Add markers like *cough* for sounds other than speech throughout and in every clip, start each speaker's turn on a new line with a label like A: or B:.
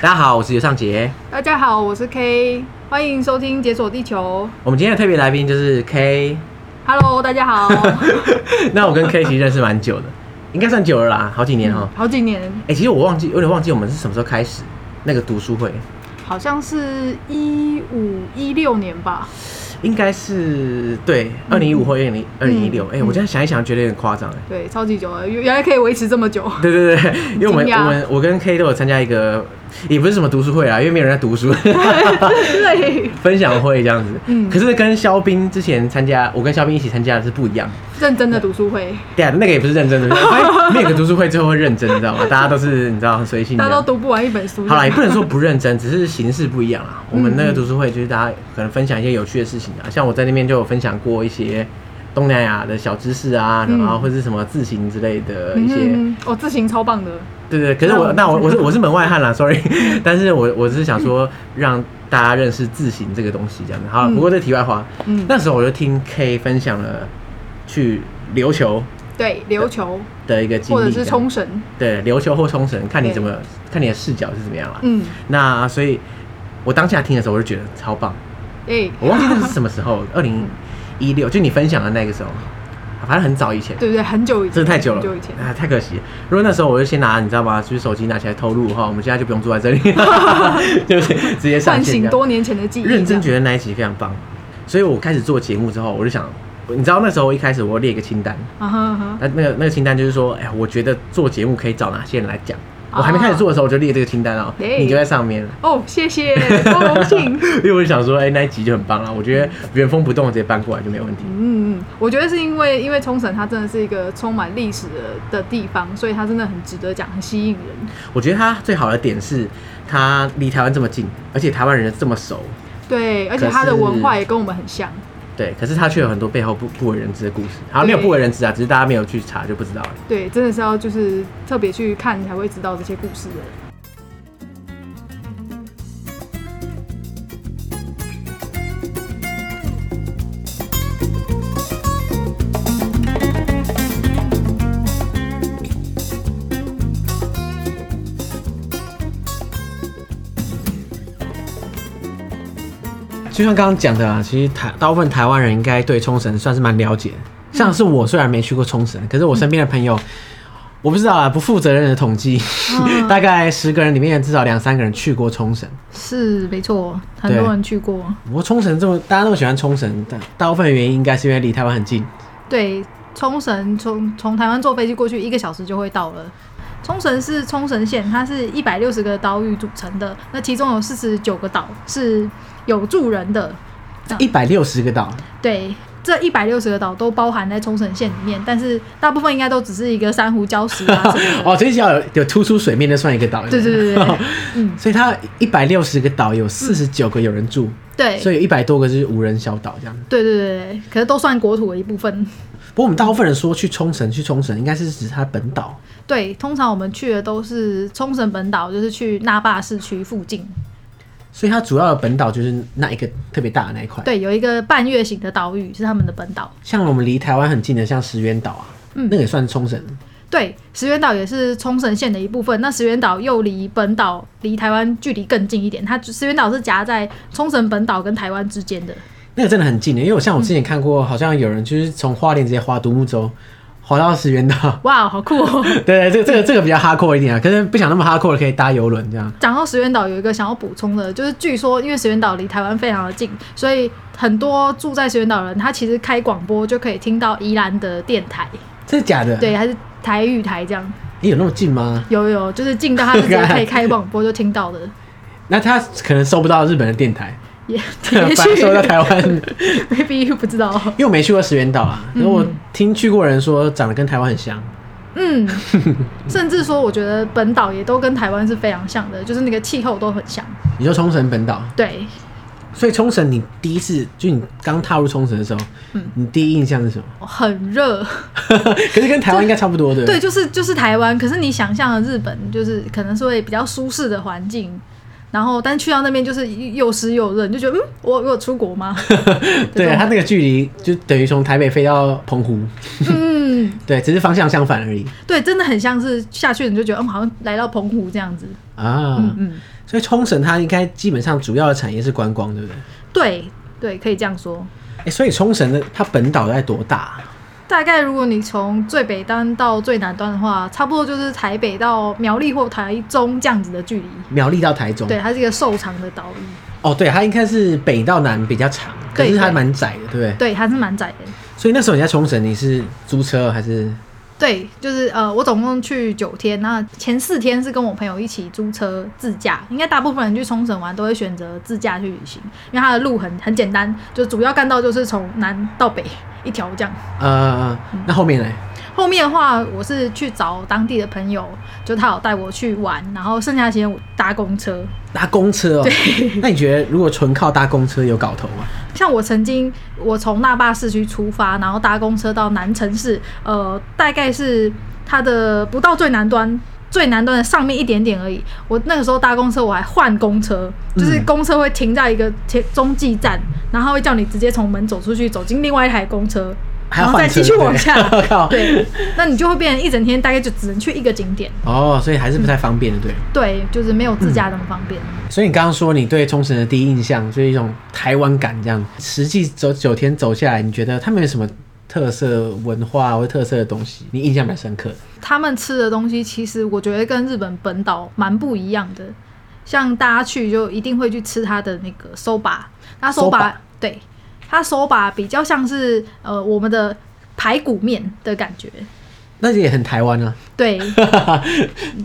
A: 大家好，我是尤尚杰。
B: 大家好，我是 K，欢迎收听《解锁地球
A: 我们今天的特别来宾就是 K。》。 *laughs*
B: Hello，大家好，
A: 那我跟 K 其实认识蛮久的，应该算久了啦，好几年哦。
B: 好几年，
A: 哎、其实我忘记，有点忘记我们是什么时候开始那个读书会，
B: 好像是一五一六年吧。
A: 应该是对，二零一五或二零二零一六。哎、
B: 嗯
A: 我这样想一想，觉得有点夸张哎。
B: 对，超级久了，原原来可以维持这么
A: *laughs*
B: 久。
A: 对对对，
B: *laughs*
A: 因为我们
B: 惊讶
A: 我们我跟 K 都有参加一个，也不是什么读书会啊，因为没有人在
B: *laughs*
A: 读书，
B: 对，
A: 分享会这样子。
B: 嗯
A: 可是跟肖斌之前参加，我跟肖斌一起参加的是不一样的。
B: 认真的读书会，
A: 对啊，那个也不是认真的， *laughs* 我发现每个读书会最后会认真，你知道吗？大家都是你知道很随性
B: 大家都
A: 的。
B: 读不完一本书。
A: 好啦，也不能说不认真，只是形式不一样啊啦。我们
B: 嗯
A: 那个读书会就是大家可能分享一些有趣的事情啊，像我在那边就有分享过一些东南亚的小知识啊，然
B: 嗯
A: 后或是什么字形之类的一
B: 嗯
A: 些，
B: 哼，我自行超棒的。
A: 对对。可是我那
B: 那
A: 我
B: 我
A: 我是我是门外汉啦，sorry，但 *laughs* 是我我只是想说让大家认识字形这个东西这样子。好，
B: 嗯
A: 不过这题外话，
B: 嗯，
A: 那时候我就听 K 分享了去琉球
B: 对，琉球
A: 的一个呃经历
B: 或
A: 这
B: 者
A: 样，
B: 是冲绳，
A: 对，琉球或冲绳，看你
B: 对
A: 怎么看你的视角是怎么样啦。
B: 嗯，
A: 那所以，我当下听的时候，我就觉得超棒。
B: 哎，
A: 我忘记那是什么
B: *laughs*
A: 时候，二零一六，就你分享的那个时候，反正很早以前，
B: 对不对？很久以前，
A: 真的太久了，
B: 很久以前，
A: 啊，太可惜了。如果那时候我就先拿，你知道吗？就是手机拿起来偷录的话，我们现在就不用坐在
B: *laughs*
A: 这里，就是直接上
B: 唤
A: 线这
B: 醒
A: 样。
B: 多年前的记忆。
A: 认真
B: 这样
A: 觉得那一集非常棒，所以我开始做节目之后，我就想，你知道那时候一开始我列一个清单，
B: 啊哈啊哈，
A: 那那个那个清单就是说，哎、我觉得做节目可以找哪些人来讲。
B: 哦
A: 我还没开始做的时候，我就列这个清单哦，
B: 对嗯
A: 你就在上面了。
B: 哦，谢谢，多荣幸。
A: *laughs* 因为我想说，哎、那一集就很棒啦，我觉得原封不动直接搬过来就没有问题。
B: 嗯，嗯，我觉得是因为因为冲绳它真的是一个充满历史的的地方，所以它真的很值得讲，很吸引人。
A: 我觉得它最好的点是，它离台湾这么近，而且台湾人这么熟，
B: 对，而且
A: 可
B: 它的
A: 是
B: 文化也跟我们很像。
A: 对。可是它却有很多背后不不为人知的故事，好，没有
B: 对
A: 不为人知啊，只是大家没有去查就不知道了。
B: 对，真的是要就是特别去看才会知道这些故事的。
A: 就像刚刚讲的啊，其实台大部分台湾人应该对冲绳算是蛮了解的。像是我虽然没去过冲绳，可是我身边的朋友，我不知道啊，不负责任的统计，
B: 嗯
A: 大概十个人里面至少两三个人去过冲绳。
B: 是没错，
A: 很多对人
B: 去过。
A: 不过冲绳这么大家那么喜欢冲绳，大大部分的原因应该是因为离台湾很近。
C: 对，冲绳从从台湾坐飞机过去一个小时就会到了。冲绳是冲绳县，它是一百六十个岛屿组成的，那其中有四十九个岛是有住人的。
A: 一百六十个岛，
C: 对，这一百六十个岛都包含在冲绳县里面，但是大部分应该都只是一个珊瑚礁石啊什么的。
A: 哦，所以只要有有突出水面，就算一个岛。
C: 对对对对对嗯
A: 所以它一百六十个岛有四十九个有人住，
C: 对，
A: 所以有一百多个是无人小岛这样。
C: 对对对对，可是都算国土的一部分。
A: 不过我们大部分人说去冲绳，去冲绳应该是指它本岛。
C: 对，通常我们去的都是冲绳本岛，就是去那霸市区附近。
A: 所以它主要的本岛就是那一个特别大的那一块。，
C: 对，有一个半月形的岛屿是他们的本岛。
A: 像我们离台湾很近的，像石垣岛啊，
C: 嗯
A: 那个也算冲绳。
C: 对，石垣岛也是冲绳县的一部分。那石垣岛又离本岛、离台湾距离更近一点，它石垣岛是夹在冲绳本岛跟台湾之间的。
A: 那个真的很近的，因为我像我之前看过，好像有人就是从花莲直接划独木舟，划到石垣岛。 *laughs*
C: 哇，好酷哦！
A: 对对，这个这个这个比较哈扣一点啊，可是不想那么哈扣的可以搭游轮这样。
C: 讲到石垣岛，有一个想要补充的，就是据说因为石垣岛离台湾非常的近，所以很多住在石垣岛的人，他其实开广播就可以听到宜兰的电台，
A: 真的假的？，
C: 对，还是台语台这样。
A: 你有那么近吗？
C: 有有，就是近到他是直接可以开广播就听到的，
A: 那他可能收不到日本的电
C: *laughs*
A: 台，
C: 也
A: 反 *laughs* 而
C: 也
A: 收到
C: 许
A: 台湾的。
C: *laughs* maybe *laughs* 不知道。
A: 因为我没去过石垣岛啊，可是我听去过人说长得跟台湾很像。
C: 嗯，甚至说，我觉得本岛也都跟台湾是非常像的，就是那个气候都很像。
A: 你说冲绳本岛，
C: 对，
A: 所以冲绳你第一次就你刚踏入冲绳的时候，
C: 嗯
A: 你第一印象是什么？
C: 很热。
A: 可是跟台湾应该差不多的。
C: 对，，就是就是台湾。可是你想象的日本，就是可能是会比较舒适的环境，然后但去到那边就是又湿又热，你就觉得嗯，我我有 *laughs* 出国吗？
A: 对
C: 这种
A: 它那个距离就等于从台北飞到澎湖，
C: 嗯嗯，
A: 对，只是方向相反而已
C: 对，真的很像是下去你就觉得，嗯，好像来到澎湖这样子。
A: 啊。
C: 嗯嗯，
A: 所以冲绳它应该基本上主要的产业是观光，对不对？
C: 对对，可以这样说。
A: 哎、所以冲绳的它本岛大概多大啊、
C: 大概如果你从最北端到最南端的话，差不多就是台北到苗栗或台中这样子的距离。
A: 苗栗到台中，
C: 对，它是一个瘦长的岛屿，
A: 哦，对，它应该是北到南比较长，可
C: 对
A: 是它
C: 对
A: 蛮窄的，对不对？
C: 对，它是蛮窄的。
A: 所以那时候你在冲绳，你是租车还是？
C: 对，就是呃，我总共去九天，那前四天是跟我朋友一起租车自驾，应该大部分人去冲绳玩都会选择自驾去旅行，因为它的路很很简单，就主要干道就是从南到北一条这样。
A: 呃，
C: 嗯
A: 那后面呢？
C: 后面的话，我是去找当地的朋友，就他有带我去玩，然后剩下的时间我搭公车。
A: 搭公车哦。那你觉得如果纯靠搭公车有搞头吗？
C: 像我曾经，我从那霸市区出发，然后搭公车到南城市，呃，大概是它的不到最南端，最南端的上面一点点而已。我那个时候搭公车，我还换公车，就是
A: 嗯
C: 公车会停在一个停中继站，然后会叫你直接从门走出去，走进另外一台公车，
A: 还
C: 然
A: 要
C: 后
A: 换
C: 哦再
A: 车
C: 继续往下。
A: 对 *laughs* 靠
C: 对，那你就会变成一整天，大概就只能去一个景点。
A: 哦，所以还是不太方便的，对。
C: 对，就是没有自驾那么方便。
A: 所以你刚刚说你对冲绳的第一印象就是一种台湾感，这样。实际走九天走下来，你觉得他们有什么特色文化或特色的东西，你印象比较深刻的？
C: 他们吃的东西，其实我觉得跟日本本岛蛮不一样的。像大家去就一定会去吃它的那个 soba，那
A: soba
C: soba 对，它 soba 比较像是呃我们的排骨面的感觉。
A: 那也很台湾啊， *laughs*
C: 对，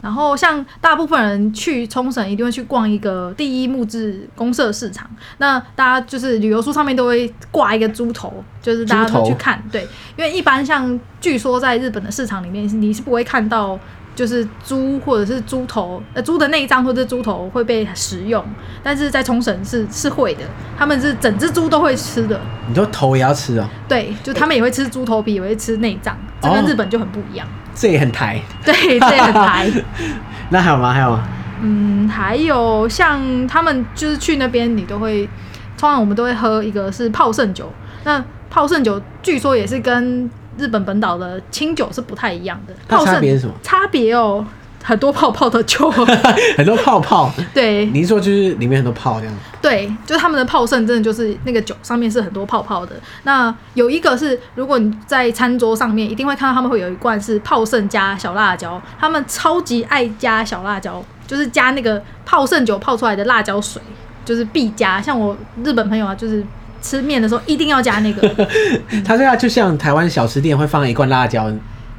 C: 然后像大部分人去冲绳一定会去逛一个第一木质公社市场，那大家就是旅游书上面都会挂一个猪头，就是大家
A: 猪
C: 都
A: 头
C: 去看。对，因为一般像据说在日本的市场里面，你是不会看到。就是猪或者是猪头，呃，猪的内脏或者是猪头会被食用，但是在冲绳是是会的，他们是整只猪都会吃的，
A: 你说头也要吃哦，
C: 对，就他们也会吃猪头皮，也会吃内脏，这跟
A: 哦
C: 日本就很不一样，
A: 这也很台。 *laughs*
C: 对，这也很台。
A: 那还有吗？还有吗？ *laughs*
C: 嗯，还有像他们就是去那边，你都会，通常我们都会喝一个是泡盛酒。那泡盛酒据说也是跟日本本岛的清酒是不太一样的。
A: 它
C: 泡
A: 差
C: 盛
A: 别是什么？
C: 差别哦，很多泡泡的酒。
A: 很多泡泡， *laughs*
C: 对
A: 你一说就是里面很多泡这样。
C: 对，就是他们的泡盛真的就是那个酒上面是很多泡泡的。那有一个是，如果你在餐桌上面一定会看到他们会有一罐是泡盛加小辣椒，他们超级爱加小辣椒，就是加那个泡盛酒泡出来的辣椒水，就是必加。像我日本朋友啊，就是吃面的时候一定要加那个。
A: 他说他就像台湾小吃店会放一罐辣椒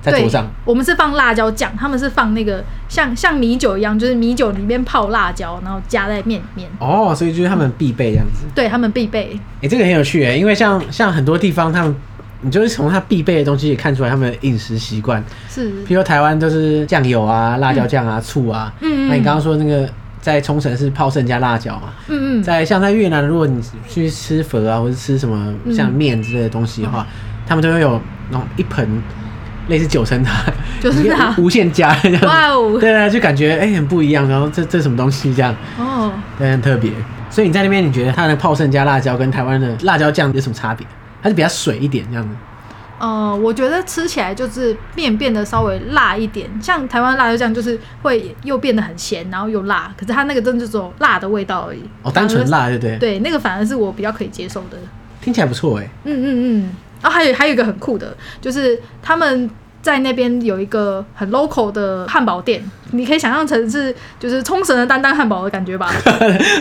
A: 在桌
C: 对
A: 上，，
C: 我们是放辣椒酱，他们是放那个像像米酒一样，就是米酒里面泡辣椒，然后加在面里面。
A: 哦，所以就是他们必备这样子。
C: 对他们必备，
A: 哎、这个很有趣哎，因为像像很多地方他们，你就是从他必备的东西也看出来他们的饮食习惯，
C: 是
A: 譬如台湾都是酱油啊、辣椒酱啊、醋啊，
C: 嗯嗯
A: 那你刚刚说那个在冲绳是泡盛加辣椒嘛，
C: 嗯嗯，
A: 在像在越南，如果你去吃粉啊，或者吃什么
C: 嗯
A: 像面之类的东西的话，他们都会有那种一盆类似九层塔，
C: 九层塔
A: 无限加这样子，
C: 哇哦
A: 对对对，就感觉哎、很不一样，然后这这什么东西这样，
C: 哦。
A: 对，很特别。所以你在那边，你觉得它的泡盛加辣椒跟台湾的辣椒酱有什么差别？它是比较水一点这样子，
C: 呃，我觉得吃起来就是面变得稍微辣一点，像台湾辣椒酱就是会又变得很咸，然后又辣，可是它那个真的就只有辣的味道而已。
A: 哦，单纯辣，对不对？
C: 反而。对，那个反而是我比较可以接受的。
A: 听起来不错哎。
C: 嗯嗯嗯。然后还有还有一个很酷的，就是他们在那边有一个很 local 的汉堡店，你可以想象成是就是冲绳的丹丹汉堡的感觉吧。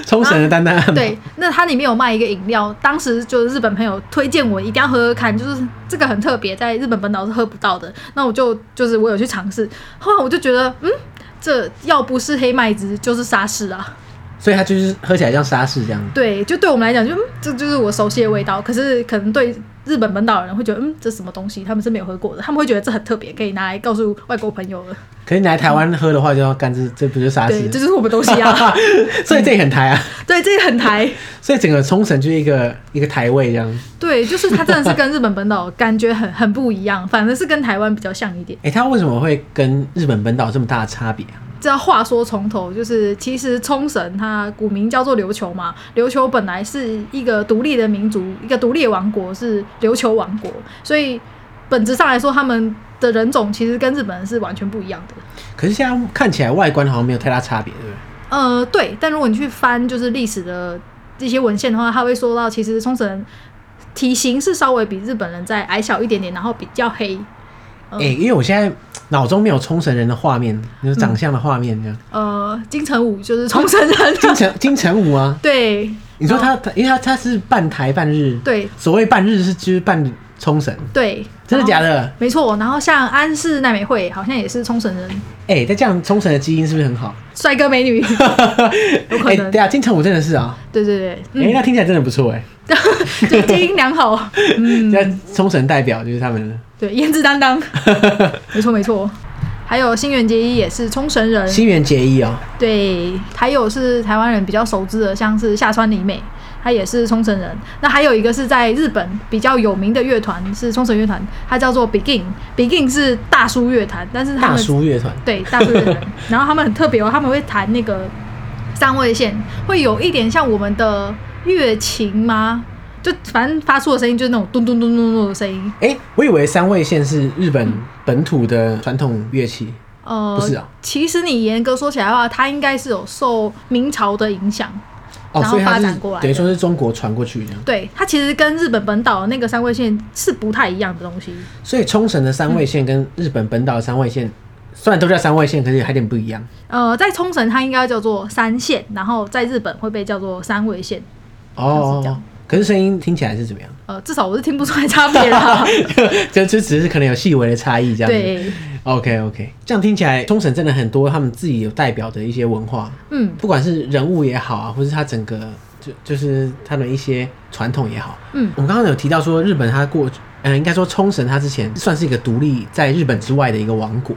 A: 冲绳的丹丹 *laughs* 汉堡，
C: 对，那它里面有卖一个饮料，当时就是日本朋友推荐我一定要喝喝看，就是这个很特别，在日本本岛是喝不到的。那我就就是我有去尝试，后来我就觉得，嗯，这要不是黑麦汁就是沙士啊。
A: 所以它就是喝起来像沙士这样。
C: 对，就对我们来讲，就、嗯、这就是我熟悉的味道。可是可能对日本本岛人会觉得，嗯，这什么东西？他们是没有喝过的，他们会觉得这很特别，可以拿来告诉外国朋友了。
A: 可是你来台湾喝的话，就要干这这不就是沙
C: 对，
A: 士？ *laughs*
C: 这就是我们东西啊。
A: 所以这也很台啊。
C: 对，这个很台。
A: 所以整个冲绳就是一个一个台味这样。
C: 对，就是它真的是跟日本本岛感觉很很不一样，反而是跟台湾比较像一点。
A: 哎、它为什么会跟日本本岛这么大的差别啊？
C: 这话说从头，就是其实冲绳它古名叫做琉球嘛，琉球本来是一个独立的民族，一个独立的王国是琉球王国，所以本质上来说，他们的人种其实跟日本人是完全不一样的。
A: 可是现在看起来外观好像没有太大差别，对不对？
C: 呃，对，但如果你去翻就是历史的这些文献的话，他会说到，其实冲绳人体型是稍微比日本人再矮小一点点，然后比较黑。嗯
A: 哎、因为我现在脑中没有冲绳人的画面，就是长相的画面
C: *laughs*
A: 这样。
C: 呃，金城武就是冲绳 *laughs* 人，
A: 金城金城武
C: 嗯
A: 啊，
C: 对
A: 你说他，他因为他他是半台半日，
C: 对
A: 所谓半日是就是半冲绳，
C: 对，
A: 真的假
C: 的？
A: 的？
C: 没错，然后像安室奈美惠好像也是冲绳人，
A: 哎、那这样冲绳的基因是不是很好？
C: 帅哥美
A: *laughs*
C: 女， *laughs* 有可
A: 哎、
C: 能嗯
A: 对啊，金城武真的是啊，
C: 对对
A: 哎、那听起来真的不错哎、
C: 对， *laughs* 就基因良好，嗯，
A: 那冲绳代表就是他们了。
C: 对，颜值
A: *laughs*
C: 担当，没错没错。还有新垣结衣也是冲绳人，
A: 新垣结衣哦，
C: 对，还有是台湾人比较熟知的，像是下川里美，她也是冲绳人。那还有一个是在日本比较有名的乐团是冲绳乐团，它叫做 Begin，Begin 是大叔乐团，但是他
A: 大
C: 们
A: 叔乐团，
C: 对大叔乐团，
A: *laughs*
C: 然后他们很特别哦，他们会弹那个三味线，会有一点像我们的乐琴吗？就反正发出的声音就是那种咚咚咚咚咚的声音，
A: 哎、我以为三味线是日本
C: 嗯
A: 本土的传统乐器，
C: 呃，
A: 不是啊
C: 其实你严格说起来的话，它应该是有受明朝的影响，
A: 哦，
C: 然后
A: 所以它
C: 发
A: 是
C: 展过来的
A: 等于说是中国传过去这样。
C: 对，它其实跟日本本岛的那个三味线是不太一样的东西。
A: 所以冲绳的三味线跟日本本岛的三味线，虽然都叫三味线，可是还有点不一样。
C: 呃，在冲绳它应该叫做三线，然后在日本会被叫做三味线。像是这
A: 哦
C: 样，
A: 可是声音听起来是怎么样？
C: 呃，至少我是听不出来差别啦。
A: *laughs* 就就只是可能有细微的差异这样子。
C: 对，
A: OK OK，这样听起来冲绳真的很多他们自己有代表的一些文化，
C: 嗯
A: 不管是人物也好啊，或是它整个就就是他们一些传统也好。
C: 嗯，
A: 我们刚刚有提到说日本它过，呃，应该说冲绳它之前算是一个独立在日本之外的一个王国。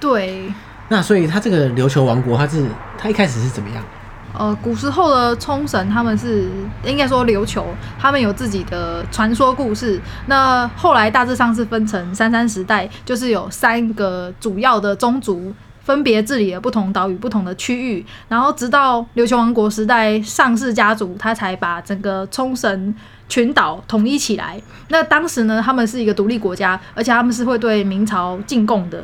C: 对。
A: 那所以它这个琉球王国，它是它一开始是怎么样？
C: 呃，古时候的冲绳，他们是应该说琉球，他们有自己的传说故事。那后来大致上是分成三三时代，就是有三个主要的宗族。分别治理了不同岛屿、不同的区域，然后直到琉球王国时代，上氏家族他才把整个冲绳群岛统一起来。那当时呢，他们是一个独立国家，而且他们是会对明朝进贡的。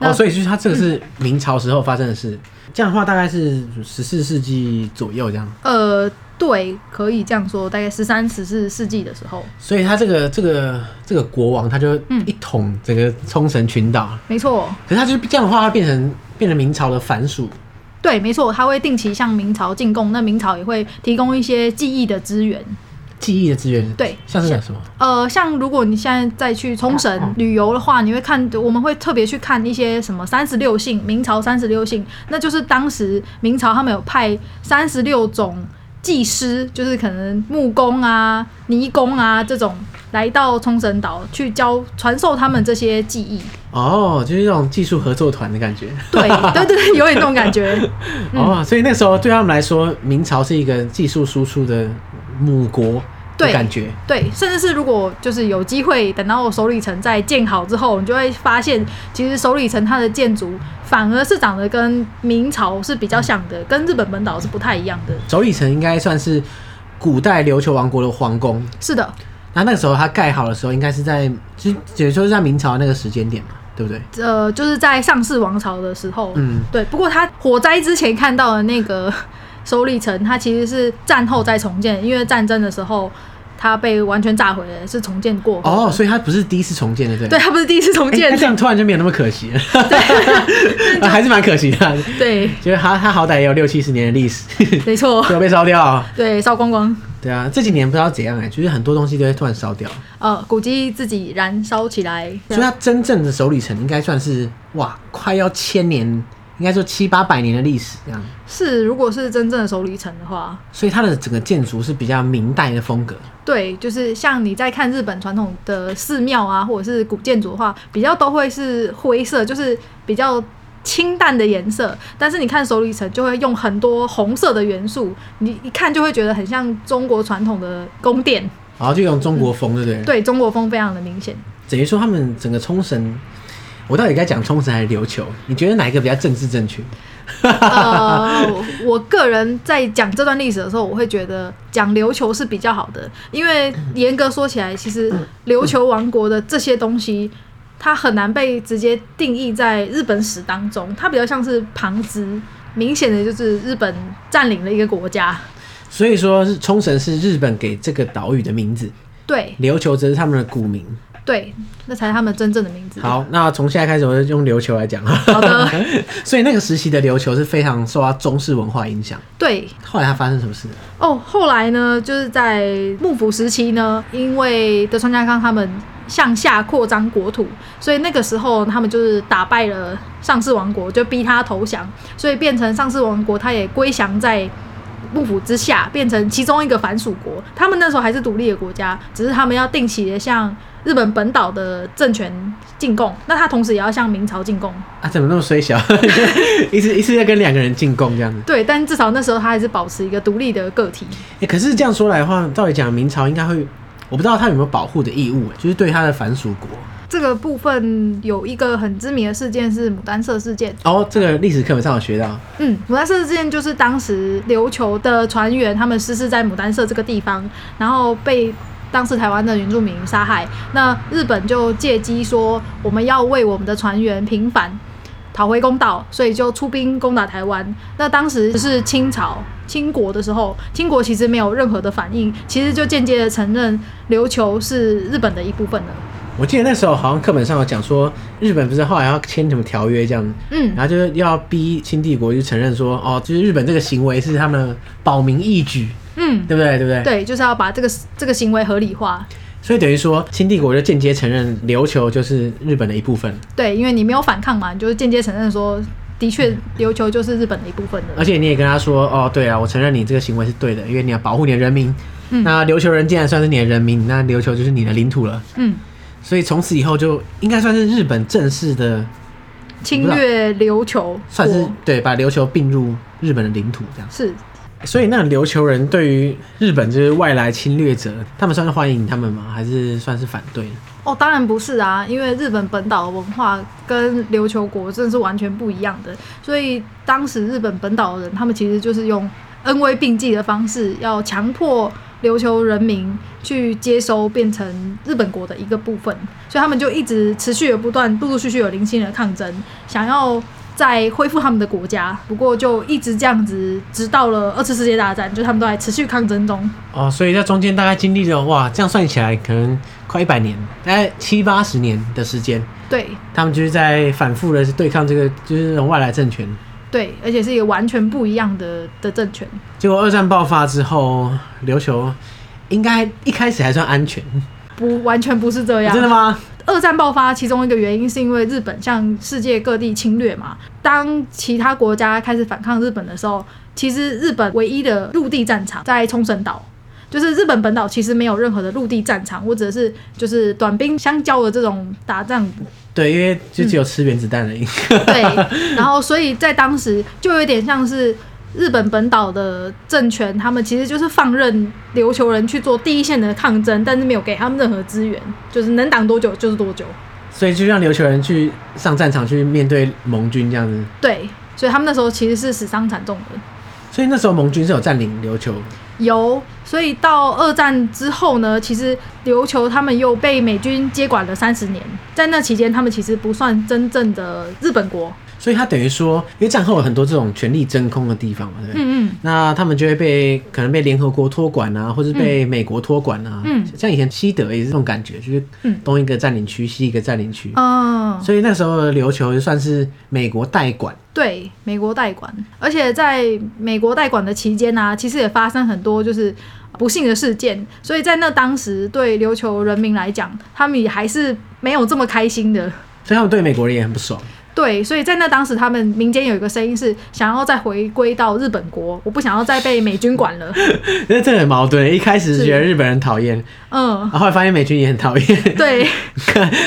C: 那
A: 哦，所以就是它这个是明朝时候发生的事。这样的话，大概是十四世纪左右这样。
C: 呃，对，可以这样说，大概十三、十四世纪的时候，
A: 所以他这个这个这个国王，他就
C: 嗯
A: 一统整个冲绳群岛。
C: 没错，
A: 可是他就是这样的话，他变成变成明朝的藩属。
C: 对，没错，他会定期向明朝进贡，那明朝也会提供一些记忆的资源。
A: 记忆的资源，
C: 对
A: 像是什么？
C: 呃，像如果你现在再去冲绳旅游的话，你会看，我们会特别去看一些什么三十六姓，明朝三十六姓，那就是当时明朝他们有派三十六种技师，就是可能木工啊、泥工啊这种，来到冲绳岛去教传授他们这些技艺。
A: 哦，就是那种技术合作团的感觉。
C: 对，对对对，有点那种感觉。
A: 哦，所以那时候对他们来说，明朝是一个技术输出的母国的
C: 对
A: 感觉。
C: 对，甚至是如果就是有机会等到首里城在建好之后，你就会发现，其实首里城它的建筑反而是长得跟明朝是比较像的，跟日本本岛是不太一样的。
A: 首里城应该算是古代琉球王国的皇宫。
C: 是的，
A: 那那个时候他盖好的时候，应该是在就也就是在明朝那个时间点嘛，对不对？
C: 呃，就是在上世王朝的时候，
A: 嗯，
C: 对。不过它火灾之前看到的那个首里城，它其实是战后再重建，因为战争的时候它被完全炸毁了，是重建过。
A: 哦，，所以它不是第一次重建的，对不
C: 对，它不是第一次重
A: 哎那
C: 建
A: 这，样突然就没有那么可惜了，啊 *laughs* 还是蛮可惜的。
C: 对，
A: 就是它它好歹也有六七十年的历 *laughs* 史，
C: 没错，
A: 就被烧掉。
C: 对，烧光光。
A: 对啊，这几年不知道怎样哎、就是很多东西都会突然烧掉。
C: 呃，古迹自己燃烧起来。
A: 所以它真正的首里城应该算是哇，快要千年，应该说七八百年的历史这样。
C: 是，如果是真正的首里城的话，
A: 所以它的整个建筑是比较明代的风格。
C: 对，就是像你在看日本传统的寺庙啊，或者是古建筑的话，比较都会是灰色，就是比较清淡的颜色。但是你看首里城，就会用很多红色的元素，你一看就会觉得很像中国传统的宫殿，
A: 然后就用中国风，对不对？
C: 对中国风非常的明显。
A: 等于说他们整个冲绳，我到底该讲冲绳还是琉球？你觉得哪一个比较政治正确？
C: 呃，我个人在讲这段历史的时候，我会觉得讲琉球是比较好的，因为严格说起来，其实琉球王国的这些东西，它很难被直接定义在日本史当中，它比较像是旁支，明显的就是日本占领了一个国家。
A: 所以说是冲绳是日本给这个岛屿的名字，
C: 对
A: 琉球则是他们的古名。
C: 对，那才是他们真正的名字。
A: 好，那从现在开始我就用琉球来讲了。
C: 好的，
A: *laughs* 所以那个时期的琉球是非常受到中式文化影响。
C: 对，
A: 后来它发生什么事？
C: 哦，后来呢，就是在幕府时期呢，因为德川家康他们向下扩张国土，所以那个时候他们就是打败了上世王国，就逼他投降，所以变成上世王国，他也归降在。幕府之下变成其中一个藩属国，他们那时候还是独立的国家，只是他们要定期的向日本本岛的政权进贡，那他同时也要向明朝进贡，
A: 啊，怎么那么衰小？ *laughs* 一次一次要跟两个人进贡这样子。
C: 对，但至少那时候他还是保持一个独立的个体。
A: 欸，可是这样说来的话，照理讲明朝应该会，我不知道他有没有保护的义务、欸，就是对他的藩属国。
C: 这个部分有一个很知名的事件是牡丹社事件。
A: 哦，这个历史课本上有学到，
C: 嗯，牡丹社事件就是当时琉球的船员他们失事在牡丹社这个地方，然后被当时台湾的原住民杀害。那日本就借机说我们要为我们的船员平反，讨回公道，所以就出兵攻打台湾。那当时是清朝清国的时候，清国其实没有任何的反应，其实就间接的承认琉球是日本的一部分了。
A: 我记得那时候好像课本上有讲说，日本不是后来要签什么条约这样，
C: 嗯，
A: 然后就是要逼清帝国就承认说，哦，就是日本这个行为是他们保民义举，
C: 嗯，
A: 对不对？对不对？
C: 对，就是要把这个这个行为合理化。
A: 所以等于说，清帝国就间接承认琉球就是日本的一部分，
C: 对，因为你没有反抗嘛，你就是间接承认说，的确琉球就是日本的一部分的。
A: 而且你也跟他说，哦，对啊，我承认你这个行为是对的，因为你要保护你的人民。
C: 嗯
A: 那琉球人既然算是你的人民，那琉球就是你的领土了。
C: 嗯，
A: 所以从此以后就应该算是日本正式的，
C: 侵略琉球
A: 算是
C: 国
A: 对把琉球并入日本的领土这样。
C: 是
A: 所以那琉球人对于日本就是外来侵略者，他们算是欢迎他们吗？还是算是反对？
C: 哦，当然不是啊，因为日本本岛的文化跟琉球国真的是完全不一样的，所以当时日本本岛的人，他们其实就是用恩威并济的方式，要强迫琉球人民去接收变成日本国的一个部分，所以他们就一直持续的不断，陆陆续续有零星的抗争，想要。再恢复他们的国家，不过就一直这样子，直到了二次世界大战，就他们都还持续抗争中。
A: 哦，所以在中间大概经历了哇，这样算起来可能快一百年，大概七八十年的时间，
C: 对，
A: 他们就是在反复的对抗这个就是那种外来政权。
C: 对，而且是一个完全不一样的的政权。
A: 结果二战爆发之后，琉球应该一开始还算安全，
C: 不，完全不是这样。
A: 真的吗？
C: 二战爆发其中一个原因是因为日本向世界各地侵略嘛。当其他国家开始反抗日本的时候，其实日本唯一的陆地战场在冲绳岛。就是日本本岛其实没有任何的陆地战场，或者是就是短兵相交的这种打仗
A: 对，因为就只有吃原子弹而已。 *laughs*
C: 对，然后所以在当时就有点像是日本本岛的政权，他们其实就是放任琉球人去做第一线的抗争，但是没有给他们任何资源，就是能挡多久就是多久。
A: 所以就让琉球人去上战场去面对盟军这样子。
C: 对，所以他们那时候其实是死伤惨重的。
A: 所以那时候盟军是有占领琉球，
C: 有，所以到二战之后呢，其实琉球他们又被美军接管了三十年，在那期间，他们其实不算真正的日本国。
A: 所以他等于说，因为战后有很多这种权力真空的地方嘛，对不对？
C: 嗯嗯，
A: 那他们就会被可能被联合国托管啊，或是被美国托管啊。
C: 嗯
A: 像以前西德也是这种感觉，就是
C: 嗯
A: 东一个占领区，西一个占领区。
C: 嗯，
A: 所以那时候的琉球就算是美国代管，
C: 对，美国代管，而且在美国代管的期间呢、啊其实也发生很多就是不幸的事件，所以在那当时对琉球人民来讲，他们也还是没有这么开心的。
A: 所以他们对美国人也很不
C: *laughs*
A: 爽。
C: 对，所以在那当时，他们民间有一个声音是想要再回归到日本国，我不想要再被美军管了。
A: 那这很矛盾，一开始
C: 是
A: 觉得日本人讨厌，
C: 嗯，
A: 然后后来发现美军也很讨厌， *laughs*
C: 对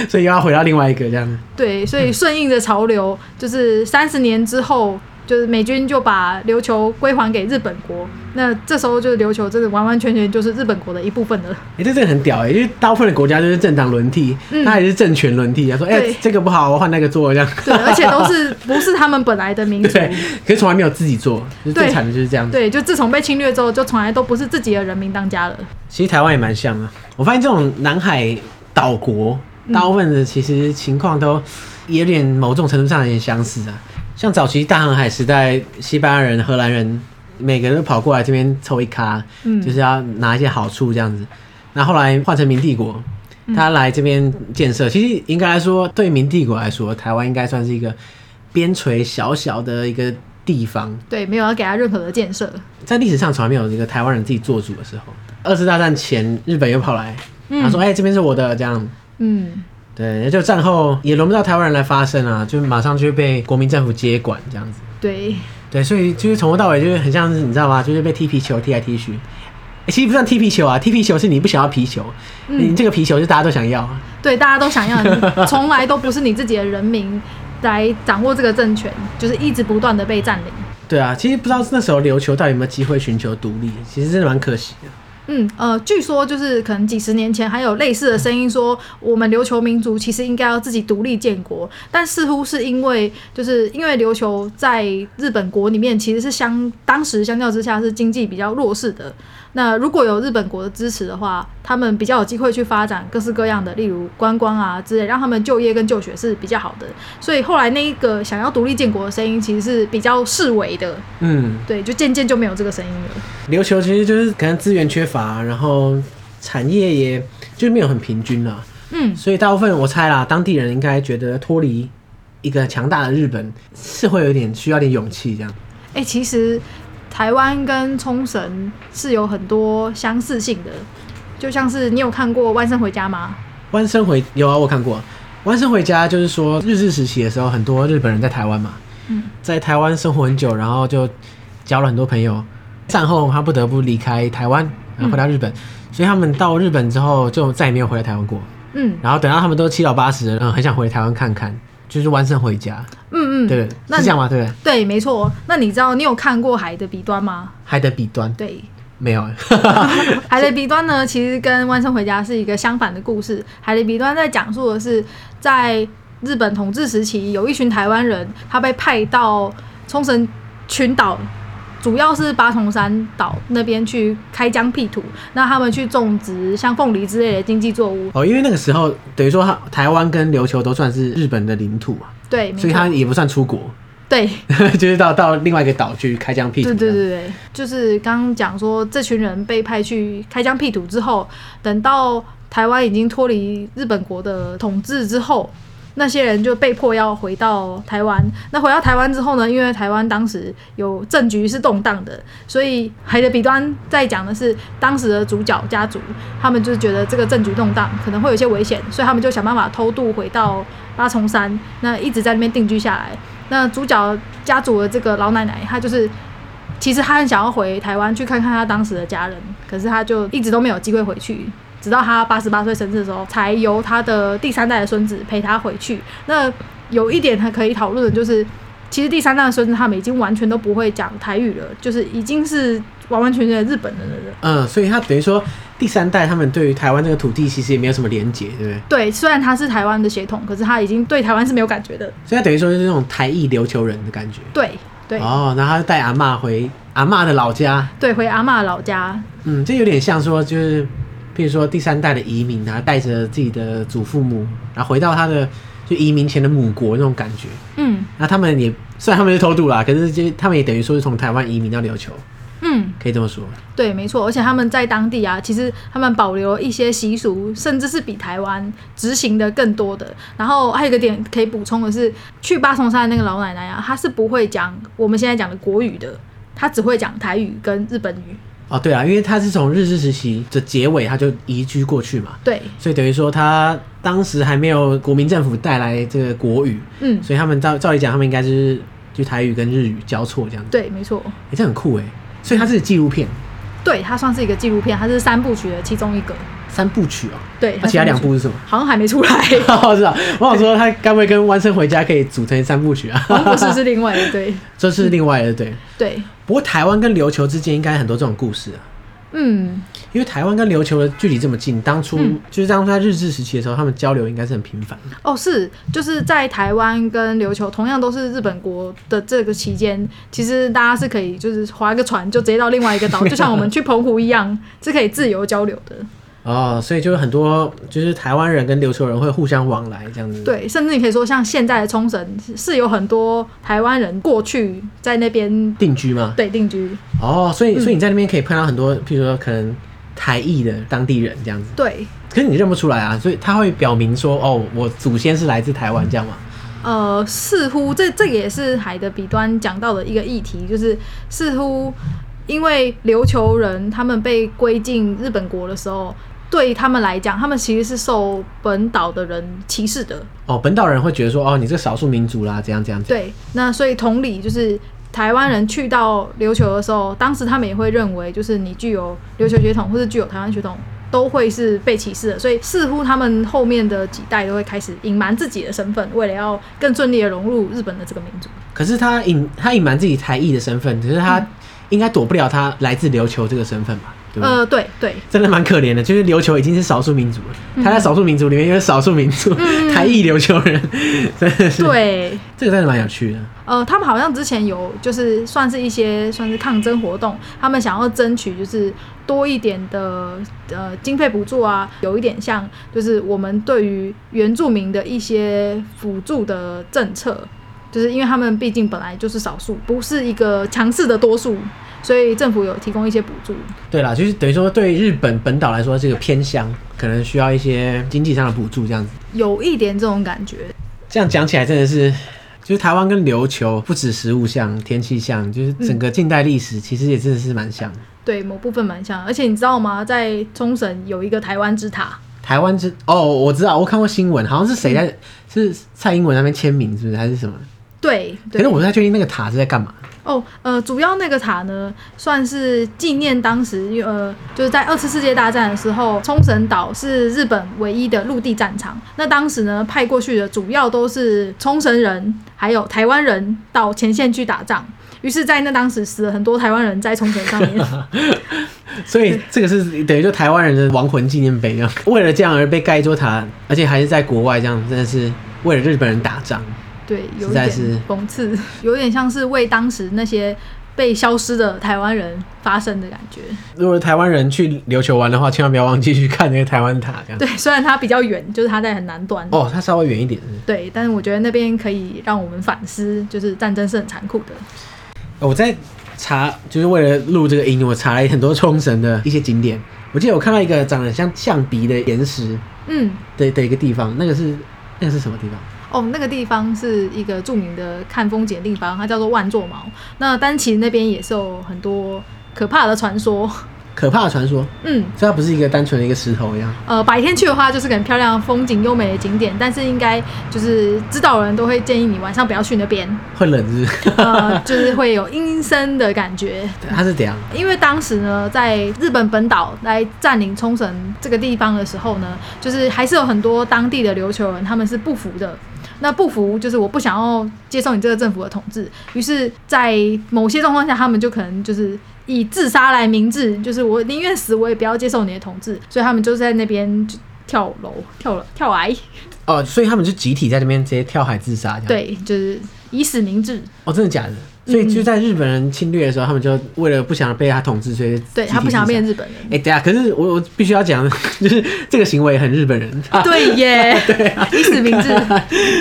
A: 所以又要回到另外一个这样。
C: 对，所以顺应着潮流，就是三十年之后。就是美军就把琉球归还给日本国，那这时候就是琉球真的完完全全就是日本国的一部分了。
A: 哎、欸，这真的很屌哎、欸！因为大部分的国家就是政党轮替，
C: 嗯
A: 他、也是政权轮替啊，说哎、
C: 对
A: 这个不好，我换那个做这样。
C: 对，而且都是不是他们本来的民族。
A: *laughs* 对，可是从来没有自己做，就是最
C: 对
A: 惨的就是这样子。
C: 对，就自从被侵略之后，就从来都不是自己的人民当家了。
A: 其实台湾也蛮像啊，我发现这种南海岛国大部分的其实情况都有点某种程度上有点相似啊。像早期大航海时代，西班牙人、荷兰人每个人都跑过来这边凑一咖，
C: 嗯
A: 就是要拿一些好处这样子。那后来换成明帝国，
C: 嗯
A: 他来这边建设，其实应该来说，对明帝国来说，台湾应该算是一个边陲小小的一个地方，
C: 对，没有要给他任何的建设，
A: 在历史上从来没有一个台湾人自己做主的时候。二次大战前，日本又跑来，他说：“哎、这边是我的。”这样。
C: 嗯，
A: 对，就战后也轮不到台湾人来发声啊，就马上就被国民政府接管这样子。
C: 对，
A: 对，所以就是从头到尾就是很像是你知道吗？就是被踢皮球踢来踢去。欸其实不算踢皮球啊，踢皮球是你不想要皮球，你这个皮球是大家都想要啊。
C: 对，大家都想要的，从来都不是你 *laughs* 自己的人民来掌握这个政权，就是一直不断的被占领。
A: 对啊，其实不知道那时候琉球到底有没有机会寻求独立，其实真的蛮可惜的。
C: 嗯，呃，据说就是可能几十年前还有类似的声音说，我们琉球民族其实应该要自己独立建国，但似乎是因为就是因为琉球在日本国里面其实是相当时相较之下是经济比较弱势的。那如果有日本国的支持的话，他们比较有机会去发展各式各样的，例如观光啊之类，让他们就业跟就学是比较好的。所以后来那一个想要独立建国的声音其实是比较示威的，
A: 嗯，
C: 对，就渐渐就没有这个声音了。
A: 琉球其实就是可能资源缺乏，然后产业也就是没有很平均啦。
C: 嗯，
A: 所以大部分我猜啦，当地人应该觉得脱离一个强大的日本是会有点需要点勇气这样。
C: 哎、其实台湾跟冲绳是有很多相似性的，就像是你有看过《万圣回家》吗？
A: 弯生回有啊，我看过。弯生回家就是说日治时期的时候，很多日本人在台湾嘛，
C: 嗯
A: 在台湾生活很久，然后就交了很多朋友。战后他不得不离开台湾，然后回到日本，所以他们到日本之后就再也没有回来台湾过。
C: 嗯
A: 然后等到他们都七老八十了，嗯，很想回台湾看看，就是弯生回家，
C: 嗯嗯，
A: 对不对？
C: 那你
A: 是这样吗？对不对？
C: 对没错。那你知道你有看过《海的彼端》吗？
A: 海的彼端
C: 对，
A: 没
C: *laughs*
A: 有， *laughs*
C: 《海的彼端》呢，其实跟《万圣回家》是一个相反的故事。《海的彼端》在讲述的是，在日本统治时期，有一群台湾人，他被派到冲绳群岛，主要是八重山岛那边去开疆辟土。那他们去种植像凤梨之类的经济作物，
A: 哦，因为那个时候等于说他台湾跟琉球都算是日本的领土嘛，
C: 对，没
A: 所以他
C: 错，
A: 也不算出国， *laughs*
C: 对，
A: 就是到到另外一个岛去开疆辟土。
C: 对对对对，就是刚刚讲说，这群人被派去开疆辟土之后，等到台湾已经脱离日本国的统治之后，那些人就被迫要回到台湾。那回到台湾之后呢，因为台湾当时有政局是动荡的，所以《海的彼端》在讲的是当时的主角家族，他们就是觉得这个政局动荡可能会有一些危险，所以他们就想办法偷渡回到八重山，那一直在那边定居下来。那主角家族的这个老奶奶，她就是其实他很想要回台湾去看看他当时的家人，可是他就一直都没有机会回去，直到他八十八岁生日的时候，才由他的第三代的孙子陪他回去。那有一点还可以讨论的就是，其实第三代的孙子他们已经完全都不会讲台语了，就是已经是完完全全的日本人了。
A: 嗯，所以他等于说第三代他们对于台湾这个土地其实也没有什么连结，对不对？
C: 对，虽然他是台湾的血统，可是他已经对台湾是没有感觉的。
A: 所以他等于说就是那种台裔琉球人的感觉。
C: 对对、
A: 哦，然后他就带阿嬷回阿嬷的老家，
C: 对，回阿嬷老家，
A: 嗯，这有点像说就是，譬如说第三代的移民，然后带着自己的祖父母，然后回到他的就移民前的母国那种感觉。
C: 嗯
A: 那他们也虽然他们是偷渡啦，可是就他们也等于说是从台湾移民到琉球，
C: 嗯。
A: 可以这么说。
C: 对，没错，而且他们在当地啊，其实他们保留了一些习俗，甚至是比台湾执行的更多的。然后还有一个点可以补充的是，去八重山的那个老奶奶啊，她是不会讲我们现在讲的国语的，她只会讲台语跟日本语。
A: 哦，对啊，因为他是从日治时期的结尾他就移居过去嘛，
C: 对，
A: 所以等于说他当时还没有国民政府带来这个国语，
C: 嗯，
A: 所以他们照照理讲，他们应该就是就台语跟日语交错这样子，
C: 对，没错，
A: 哎、这很酷哎。所以它是纪录片
C: 对，它算是一个纪录片，它是三部曲的其中一个。
A: 三部曲哦、
C: 对，
A: 那其他
C: 三
A: 两
C: 曲
A: 部是什么？
C: 好像还没出来， *laughs*
A: *laughs* 我知道，哦啊我想说他该不会跟《弯身回家》可以组成三部曲啊？
C: 好像不是是另外的，对
A: *laughs* 这是另外的对。
C: 对，
A: 不过台湾跟琉球之间应该很多这种故事啊，
C: 嗯，
A: 因为台湾跟琉球的距离这么近，当初、
C: 嗯
A: 就是当初在日治时期的时候，他们交流应该是很频繁的。
C: 哦，是，就是在台湾跟琉球同样都是日本国的这个期间，其实大家是可以就是划一个船就直接到另外一个岛，就像我们去澎湖一样，是可以自由交流的。
A: 哦，所以就有很多就是台湾人跟琉球人会互相往来这样子。，
C: 对，甚至你可以说，像现在的冲绳是是有很多台湾人过去在那边
A: 定居嘛。
C: 对定居，
A: 哦，所
C: 嗯
A: 以所以你在那边可以碰到很多，譬如说可能台裔的当地人这样子，
C: 对，
A: 可是你认不出来啊，所以他会表明说，哦，我祖先是来自台湾这样嘛。
C: 呃，似乎这这也是海的彼端讲到的一个议题，就是似乎因为琉球人他们被归进日本国的时候，对他们来讲，他们其实是受本岛的人歧视的。
A: 哦，本岛人会觉得说，哦，你这少数民族啦，这样这样子。
C: 对，那所以同理就是。台湾人去到琉球的时候，当时他们也会认为，就是你具有琉球血统或是具有台湾血统，都会是被歧视的。所以似乎他们后面的几代都会开始隐瞒自己的身份，为了要更顺利的融入日本的这个民族。
A: 可是他隐他隐瞒自己台裔的身份，可是他应该躲不了他来自琉球这个身份吧？对吧？
C: 呃，对对，
A: 真的蛮可怜的，就是琉球已经是少数民族了，他在少数民族里面又是少数民族， *laughs* 台裔琉球人，真的 *laughs* 是
C: 对，
A: 这个真的蛮有趣的。
C: 呃，他们好像之前有就是算是一些算是抗争活动，他们想要争取就是多一点的呃经费补助啊，有一点像就是我们对于原住民的一些辅助的政策，就是因为他们毕竟本来就是少数，不是一个强势的多数，所以政府有提供一些补助。
A: 对啦，就是等于说对日本本岛来说，这个偏乡可能需要一些经济上的补助，这样子。
C: 有一点这种感觉，
A: 这样讲起来真的是，就是台湾跟琉球不止食物像、天气像，就是整个近代历史其实也真的是蛮像的。
C: 对某部分蛮像。而且你知道吗，在冲绳有一个台湾之塔，
A: 台湾之哦，我知道，我看过新闻，好像是谁在、是蔡英文那边签名，是不是还是什么？
C: 对，
A: 可
C: 对
A: 是我不太确定那个塔是在干嘛。
C: 哦，呃，主要那个塔呢，算是纪念当时呃，就是在二次世界大战的时候，冲绳岛是日本唯一的陆地战场。那当时呢，派过去的主要都是冲绳人，还有台湾人到前线去打仗。于是，在那当时死了很多台湾人在冲绳上面。
A: *laughs* 所 *laughs* 以这个是等于就台湾人的亡魂纪念碑这样，为了这样而被盖一座塔，而且还是在国外这样，真的是为了日本人打仗。
C: 对，有
A: 实
C: 一
A: 在
C: 点
A: 是
C: 讽刺，有点像是为当时那些被消失的台湾人发声的感觉。
A: 如果台湾人去琉球玩的话，千万不要忘记去看那个台湾塔这样。
C: 对，虽然它比较远，就是它在很南端。
A: 哦，它稍微远一点。嗯
C: 对，但是我觉得那边可以让我们反思，就是战争是很残酷的。
A: 我在查，就是为了录这个音，我查了很多冲绳的一些景点。我记得我看到一个长得像象鼻的岩石
C: 嗯，
A: 的的一个地方，那个是那个是什么地方？
C: 哦，那个地方是一个著名的看风景的地方，它叫做万座毛。那丹崎那边也是有很多可怕的传说。
A: 可怕的传说，
C: 嗯，
A: 所以它不是一个单纯的一个石头一样。
C: 呃，白天去的话就是很漂亮、风景优美的景点，但是应该就是知道的人都会建议你晚上不要去那边，
A: 会冷是不是？ *laughs*
C: 呃，就是会有阴森的感觉。
A: 它是怎样？
C: 因为当时呢，在日本本岛来占领冲绳这个地方的时候呢，就是还是有很多当地的琉球人，他们是不服的。那不服就是我不想要接受你这个政府的统治，于是，在某些状况下，他们就可能就是以自杀来明志，就是我宁愿死，我也不要接受你的统治，所以他们就在那边就跳楼、啊跳了、跳崖，
A: 哦，所以他们就集体在那边直接跳海自杀，这样。，
C: 对，嗯就是以死明志。
A: 哦，真的假的？所以就在日本人侵略的时候，他们就为了不想被他统治，所以
C: 对
A: 集体
C: 他不想
A: 自杀
C: 变日本人，
A: 哎、等一下，可是我我必须要讲，就是这个行为很日本人。啊、
C: *laughs* 对耶，以死明志，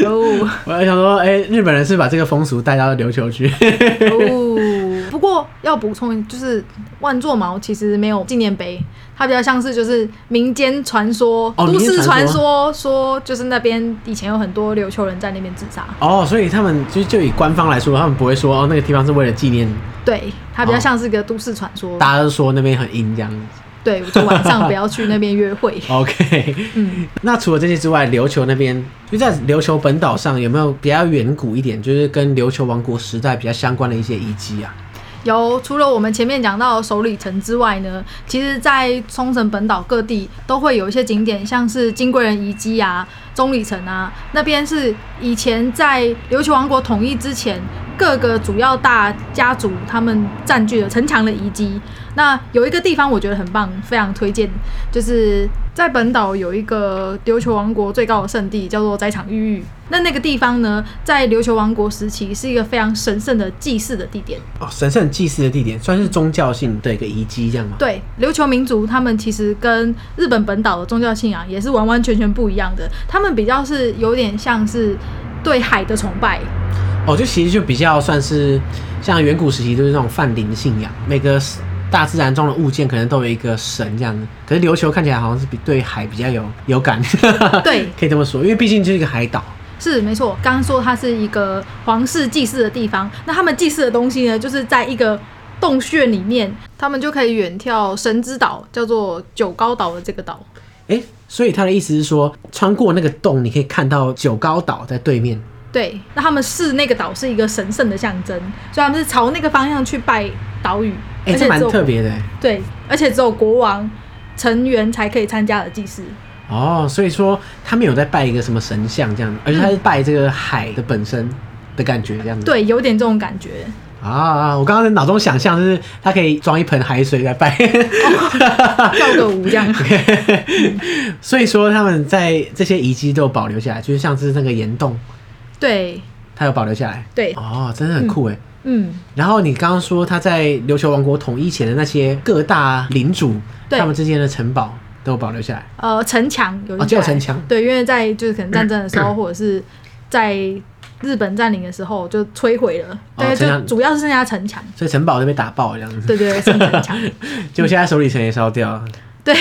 C: 哦。
A: 我还想说，哎、日本人是把这个风俗带到琉球去。 *laughs*
C: 哦，不过要补充，就是万座毛其实没有纪念碑，它比较像是就是民间传说、
A: 哦
C: 都
A: 民
C: 市
A: 间传
C: 传
A: 说
C: 说，说就是那边以前有很多琉球人在那边自杀。
A: 哦，所以他们就就以官方来说，他们不会说哦那个地方是为了纪念，
C: 对，它比
A: 哦
C: 较像是个都市传说。
A: 大家都说那边很阴这样子。。
C: 对，我就晚上不要去那边约会
A: OK，
C: 嗯，
A: *laughs* 那除了这些之外，琉球那边就在琉球本岛上有没有比较远古一点，就是跟琉球王国时代比较相关的一些遗迹啊？
C: 有除了我们前面讲到的首里城之外呢，其实，在冲绳本岛各地都会有一些景点，像是金贵人遗迹啊、中里城啊，那边是以前在琉球王国统一之前，各个主要大家族他们占据了城墙的遗迹。那有一个地方我觉得很棒，非常推荐，就是在本岛有一个琉球王国最高的圣地，叫做斋场玉域。那那个地方呢，在琉球王国时期是一个非常神圣的祭祀的地点。
A: 哦，神圣祭祀的地点算是宗教性的一个遗迹，这样吗？
C: 对，琉球民族他们其实跟日本本岛的宗教信仰也是完完全全不一样的，他们比较是有点像是对海的崇拜。
A: 哦，就其实就比较算是像远古时期就是那种泛灵信仰，每个大自然中的物件可能都有一个神这样子。可是琉球看起来好像是比对海比较有有感， *laughs*
C: 对，
A: 可以这么说，因为毕竟就是一个海岛。
C: 是没错，刚刚说它是一个皇室祭祀的地方，那他们祭祀的东西呢，就是在一个洞穴里面，他们就可以远眺神之岛，叫做九高岛的这个岛。
A: 哎、所以他的意思是说，穿过那个洞，你可以看到九高岛在对面。
C: 对，那他们视那个岛是一个神圣的象征，所以他们是朝那个方向去拜岛屿，
A: 哎、
C: 而
A: 这
C: 且
A: 蛮
C: 只有
A: 特别的欸。
C: 对，而且只有国王成员才可以参加的祭祀。
A: 哦，所以说他们有在拜一个什么神像这样子，而且他是拜这个海的本身的感觉这样子。
C: 对，有点这种感觉。
A: 啊，我刚刚在脑中想象就是他可以装一盆海水来
C: *laughs*
A: 拜，
C: 跳个舞这样。
A: *laughs* 所以说他们在这些遗迹都有保留下来，就是像是那个岩洞，
C: 对
A: 它有保留下来。
C: 对，
A: 哦，真的很酷哎。
C: 嗯，
A: 然后你刚刚说他在琉球王国统一前的那些各大领主，
C: 对
A: 他们之间的城堡都有保留下来。
C: 呃，城墙有一
A: 哦就有
C: 排
A: 城墙
C: 对，因为在就是可能战争的
A: *clears throat*
C: 时候，或者是在日本占领的时候就摧毁了，对，
A: 哦城墙
C: 就主要是剩下城墙。
A: 所以城堡都被打爆了这样子，
C: 对对对，剩
A: *laughs*
C: 城墙，
A: 结果现在首里城也烧
C: *laughs*
A: 掉了， *laughs*
C: 对，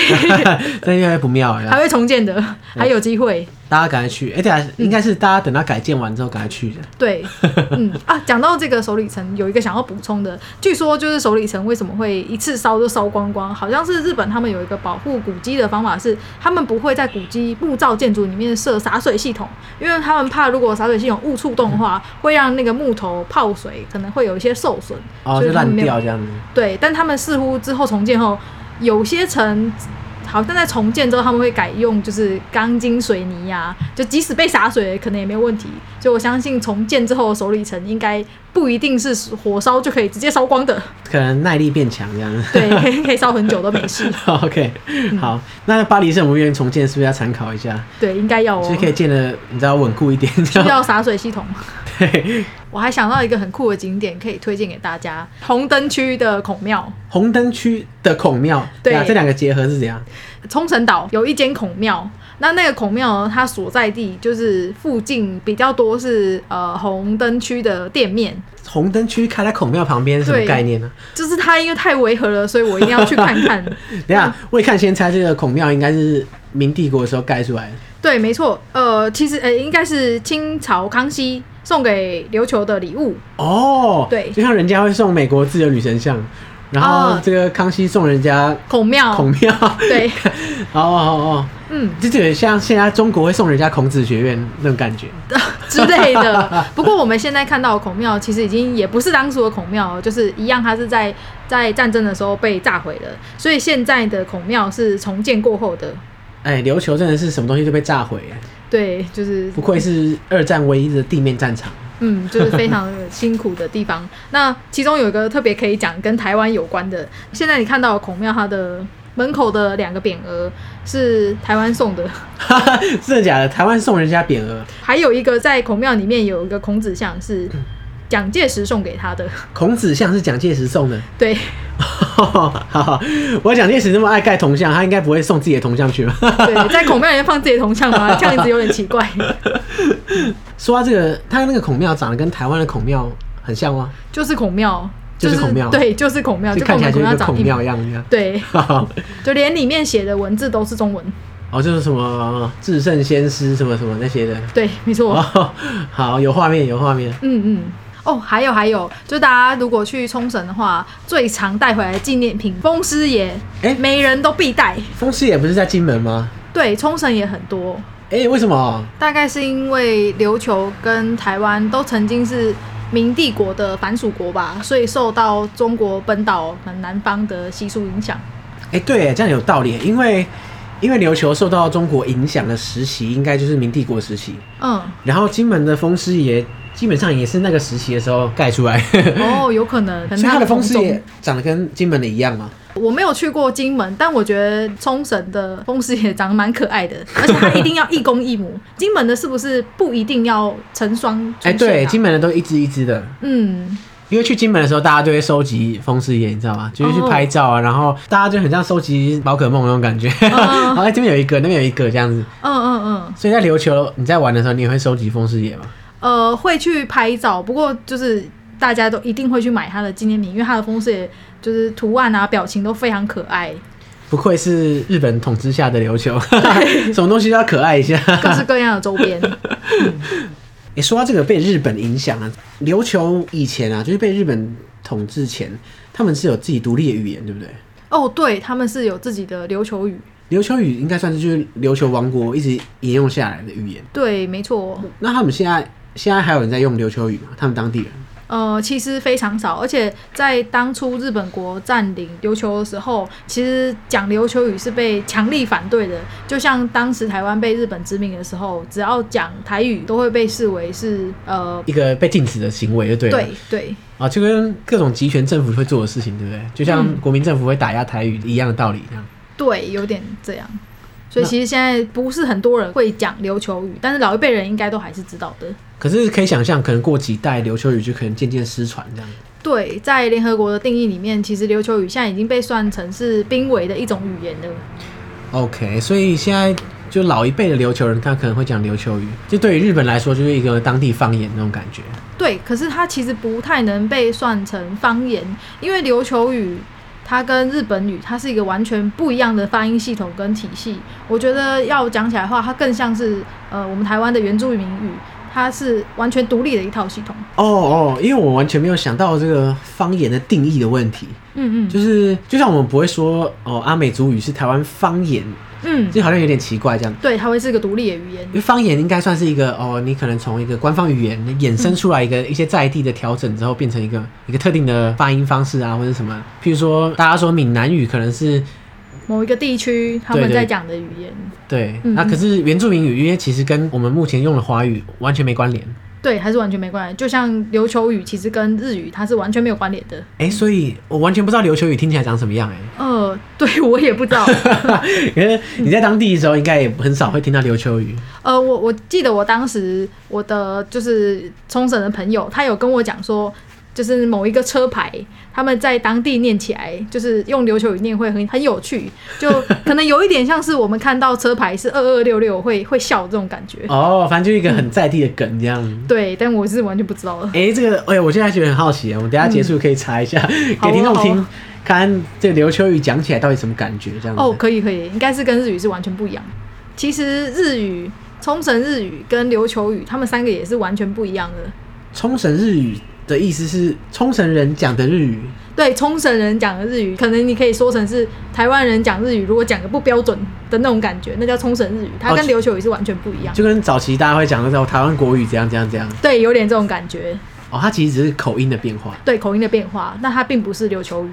A: 那越来越不妙了。
C: 还会重建的，还有机会。
A: 大家赶快去，哎、对啊，应该是大家等它改建完之后赶快去的。
C: 对，嗯啊，讲到这个首里城，有一个想要补充的，据说就是首里城为什么会一次烧就烧光光，好像是日本他们有一个保护古迹的方法是，他们不会在古迹木造建筑里面设洒水系统，因为他们怕如果洒水系统误触动的话，会让那个木头泡水，可能会有一些受损，
A: 哦，
C: 所
A: 就
C: 以他们
A: 烂
C: 没有
A: 掉这样子。
C: 对，但他们似乎之后重建后，有些城好像在重建之后，他们会改用就是钢筋水泥呀、就即使被洒水可能也没有问题。所以我相信重建之后的首里城应该不一定是火烧就可以直接烧光的，
A: 可能耐力变强这样 *laughs* 子。
C: 对，可以可以烧很久都没事。
A: OK，好，那巴黎圣母院重建是不是要参考一下？
C: 对，应
A: *laughs*
C: 该要
A: 就是
C: 哦
A: 可。以建的，你知道稳固一点，这
C: 需
A: 样
C: 要洒水系统。
A: 对。
C: 我还想到一个很酷的景点可以推荐给大家，红灯区的孔庙。
A: 红灯区的孔庙，
C: 对
A: 啊，这两个结合是怎样？
C: 冲绳岛有一间孔庙，那那个孔庙呢，它所在地就是附近比较多是呃红灯区的店面，
A: 红灯区开在孔庙旁边是什么
C: 对
A: 概念呢、
C: 就是它因为太违和了，所以我一定要去看看。
A: 等一
C: 嗯
A: 下未看先猜，这个孔庙应该是明帝国的时候盖出来的。
C: 对，没错，呃，其实呃应该是清朝康熙送给琉球的礼物，
A: 哦，
C: 对
A: 就像人家会送美国自由女神像，然后
C: 哦
A: 这个康熙送人家
C: 孔庙。
A: 孔庙，
C: 对，
A: *laughs* 哦哦
C: 嗯
A: 哦，，就有点像现在中国会送人家孔子学院那种感觉。
C: 之类的。 *laughs* 不过我们现在看到的孔庙，其实已经也不是当初的孔庙了，就是一样，它是在在战争的时候被炸毁了，所以现在的孔庙是重建过后的。
A: 哎，琉球真的是什么东西都被炸毁，
C: 对，就是
A: 不愧是二战唯一的地面战场。 *laughs*
C: 嗯，就是非常辛苦的地方。 *laughs* 那其中有一个特别可以讲跟台湾有关的，现在你看到的孔庙它的门口的两个匾额是台湾送的， *laughs*
A: 真的假的？台湾送人家匾额，
C: 还有一个在孔庙里面有一个孔子像
A: *clears throat*
C: 是蒋介石送给他的。 *laughs*
A: 孔子像是蒋介石送的。 *laughs*
C: 对，
A: 好好，我蒋介石那么爱盖铜像，他应该不会送自己的铜像去吧？ *laughs*
C: 对，在孔庙里面放自己的铜像吗？ *laughs* 这样子有点奇怪。
A: 说到这个，他那个孔庙长得跟台湾的孔庙很像吗？
C: 就是孔庙，
A: 就是孔庙
C: 对，就是孔庙，
A: 就
C: 跟
A: 看
C: 啊我
A: 起来
C: 们
A: 就
C: 孔
A: 一
C: 庙
A: 个孔庙
C: 长一模
A: 一样一样。
C: 对，
A: *laughs* 好
C: 就连里面写的文字都是中文。
A: 哦，就是什么至圣先师什么什么那些的。
C: 对，没错。
A: 哦， *laughs* 好，有画面，有画面。
C: 嗯嗯。哦，还有还有，就大家如果去冲绳的话，最常带回来的纪念品风狮爷，
A: 哎
C: 每人都必带。
A: 风师也不是在金门吗？
C: 对，冲绳也很多，
A: 哎、为什么？
C: 大概是因为琉球跟台湾都曾经是明帝国的藩属国吧，所以受到中国本岛南方的习俗影响。
A: 哎、对，这样有道理，因为因为琉球受到中国影响的时期，应该就是明帝国时期。
C: 嗯，
A: 然后金门的风师爷基本上也是那 *laughs* 个时期的时候盖出来，所
C: 哦，有可能，可能
A: 以它的
C: 们
A: 风
C: 从
A: 师
C: 中
A: 爷长得跟金门的一样嘛。
C: 我没有去过金门，但我觉得冲绳的风师爷长得蛮可爱的，而且它一定要一公一母。金门的是不是不一定要成双出
A: 哎、
C: 现、啊？
A: 对，金门的都一只一只的，
C: 嗯，
A: 因为去金门的时候，大家就会收集风师爷，你知道吗？就是去
C: 哦
A: 拍照啊，然后大家就很像收集宝可梦那种感觉。 *laughs* 然后哎这边有一个，那边有一个这样子。
C: 嗯嗯嗯，
A: 所以在琉球你在玩的时候，你也会收集风师爷吗？
C: 呃，会去拍照，不过就是大家都一定会去买它的纪念品，因为它的风师爷就是图案啊、表情都非常可爱，
A: 不愧是日本统治下的琉球，什么东西都要可爱一下。 *laughs*
C: 各式各样的周边。
A: 也、说到这个被日本影响啊，琉球以前啊，就是被日本统治前，他们是有自己独立的语言，对不对？
C: 哦，对，他们是有自己的琉球语，
A: 琉球语应该算是就是琉球王国一直沿用下来的语言。
C: 对，没错。
A: 那他们现在现在还有人在用琉球语吗？他们当地人？
C: 呃，其实非常少，而且在当初日本国占领琉球的时候，其实讲琉球语是被强力反对的。就像当时台湾被日本殖民的时候，只要讲台语都会被视为是呃，
A: 一个被禁止的行为，就对了。
C: 对对，
A: 啊，就跟各种集权政府会做的事情，对不对？就像
C: 嗯
A: 国民政府会打压台语一样的道理，这样。
C: 对，有点这样。所以
A: 那
C: 其实现在不是很多人会讲琉球语，但是老一辈人应该都还是知道的。
A: 可是可以想象，可能过几代琉球语就可能渐渐失传这样。
C: 对，在联合国的定义里面，其实琉球语现在已经被算成是濒危的一种语言了。
A: OK，所以现在就老一辈的琉球人，他可能会讲琉球语，就对于日本来说就是一个当地方言那种感觉。
C: 对，可是它其实不太能被算成方言，因为琉球语它跟日本语它是一个完全不一样的发音系统跟体系。我觉得要讲起来的话，它更像是呃我们台湾的原住民语，它是完全独立的一套系统。
A: 哦哦，因为我完全没有想到这个方言的定义的问题，
C: 嗯嗯
A: 就是就像我们不会说哦阿美族语是台湾方言，
C: 嗯，
A: 就好像有点奇怪这样。
C: 对，它会是一个独立的语言
A: 因。为方言应该算是一个哦，你可能从一个官方语言衍生出来一个、一些在地的调整之后，变成一个一个特定的发音方式啊，或者什么。譬如说，大家说闽南语可能是
C: 某一个地区他们
A: 对对
C: 在讲的语言，
A: 对，
C: 嗯
A: 那、可是原住民语，因为其实跟我们目前用的华语完全没关联。
C: 对，还是完全没关系。就像琉球语其实跟日语它是完全没有关联的。
A: 哎、所以我完全不知道琉球语听起来长什么 *laughs* 样哎、
C: 呃，对我也不知道。
A: 可是你在当地的时候，应该也很少会听到琉球语。
C: 呃，我我记得我当时我的就是冲绳的朋友，他有跟我讲说，就是某一个车牌，他们在当地念起来，就是用琉球语念会很很有趣，就可能有一点像是我们看到车牌是二二六六会会笑这种感觉。
A: 哦，反正就是一个很在地的梗这样。
C: 对，但我是完全不知道了。
A: 哎、这个哎、我现在觉得很好奇，我们等一下结束可以查一下，给听众
C: 嗯好啊
A: 听，看这个琉球语讲起来到底什么感觉这样子。
C: 哦，可以可以，应该是跟日语是完全不一样。其实日语、冲绳日语跟琉球语，他们三个也是完全不一样的。
A: 冲绳日语的意思是冲绳人讲的日语，
C: 对冲绳人讲的日语，可能你可以说成是台湾人讲日语，如果讲的不标准的那种感觉，那叫冲绳日语，它
A: 哦
C: 跟
A: 就
C: 琉球语是完全不一样。
A: 就跟早期大家会讲的时候台湾国语怎样怎样怎样。
C: 对，有点这种感觉，
A: 哦，它其实只是口音的变化。
C: 对口音的变化，那它并不是琉球语。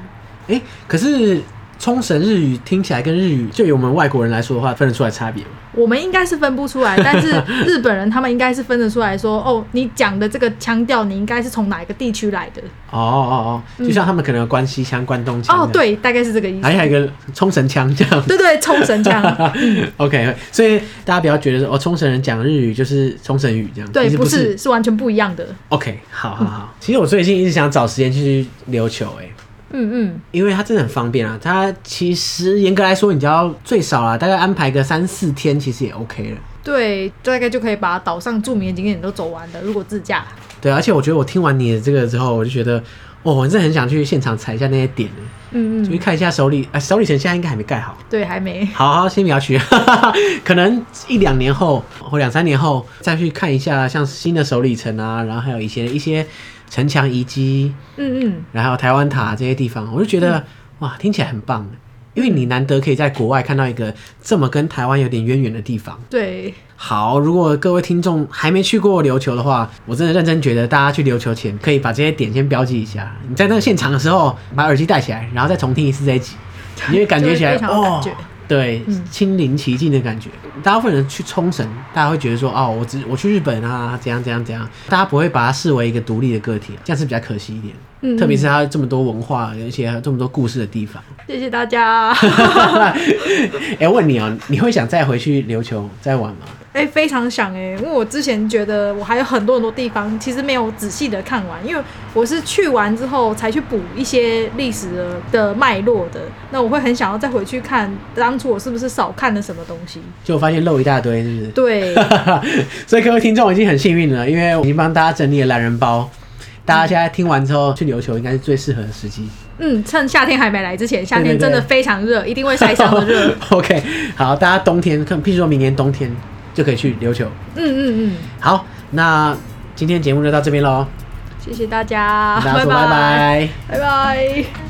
A: 哎、可是冲绳日语听起来跟日语，就以我们外国人来说的话，分得出来差别吗？
C: 我们应该是分不出来，但是日本人他们应该是分得出来说，哦，你讲的这个腔调，你应该是从哪一个地区来的？
A: 哦哦哦，就像他们可能有关西腔、关东腔。
C: 嗯哦，，对，大概是这个意
A: *laughs*
C: 思
A: 还。有一个冲绳腔这样。
C: 对对，冲绳腔，
A: *laughs* OK，所以大家不要觉得说哦，冲绳人讲日语就是冲绳语这样，
C: 对
A: 其，实
C: 不
A: 不是
C: 是，是完全不一样
A: *laughs*
C: 的。
A: OK，好好好。 *laughs* 其实我最近一直想找时间去琉球、哎。
C: 嗯嗯，
A: 因为它真的很方便啊。它其实严格来说，你只要最少啦，大概安排个三四天，其实也 OK 了。
C: 对，大概就可以把岛上著名的景点都走完了。如果自驾，
A: 对，而且我觉得我听完你的这个之后，我就觉得，哦，我真的很想去现场踩一下那些点，
C: 嗯
A: 就去
C: 嗯，
A: 看一下首里，啊，首里城现在应该还没盖好。
C: 对，还没。
A: 好好，先不要去， *laughs* 可能一两年后或两三年后再去看一下，像新的首里城啊，然后还有一些一些城墙遗迹，
C: 嗯嗯，
A: 然后台湾塔这些地方，我就觉得、哇，听起来很棒，因为你难得可以在国外看到一个这么跟台湾有点渊源的地方。
C: 对，
A: 好，如果各位听众还没去过琉球的话，我真的认真觉得大家去琉球前可以把这些点先标记一下。你在那个现场的时候，把耳机戴起来，然后再重听一次这一集，你会感觉起来
C: 就会非常有
A: 哦
C: 感觉，
A: 对
C: 嗯，
A: 亲临其境的感觉。大部分人去冲绳，大家会觉得说哦，我只我去日本啊，怎样怎样怎样，大家不会把它视为一个独立的个体，这样是比较可惜一点。
B: 嗯
A: 特别是它这么多文化，而且还有这么多故事的地方。 *laughs*
C: 谢谢大家。 *laughs*
A: 哎、问你哦、你会想再回去琉球再玩吗？
C: 哎、非常想哎、因为我之前觉得我还有很多很多地方其实没有仔细的看完，因为我是去完之后才去补一些历史的的脉络的。那我会很想要再回去看当初我是不是少看了什么东西。
A: 就发现漏一大堆，是不 *laughs* 是？
C: 对，
A: 所以各位听众已经很幸运了，因为我已经帮大家整理了懒人包。大家现在听完之后去琉球应该是最适合的时机。
C: 嗯，趁夏天还没来之前，夏
A: 对对
C: 天
A: 对
C: 真的非常热，一定会晒伤的热。
A: *laughs* OK，好，大家冬天，可譬如说明年冬天就可以去琉球。
C: *laughs* 嗯嗯嗯，
A: 好，那今天节目就到这边喽，
C: 谢谢大家，
A: 大家说拜
C: 拜
A: 拜
C: 拜拜。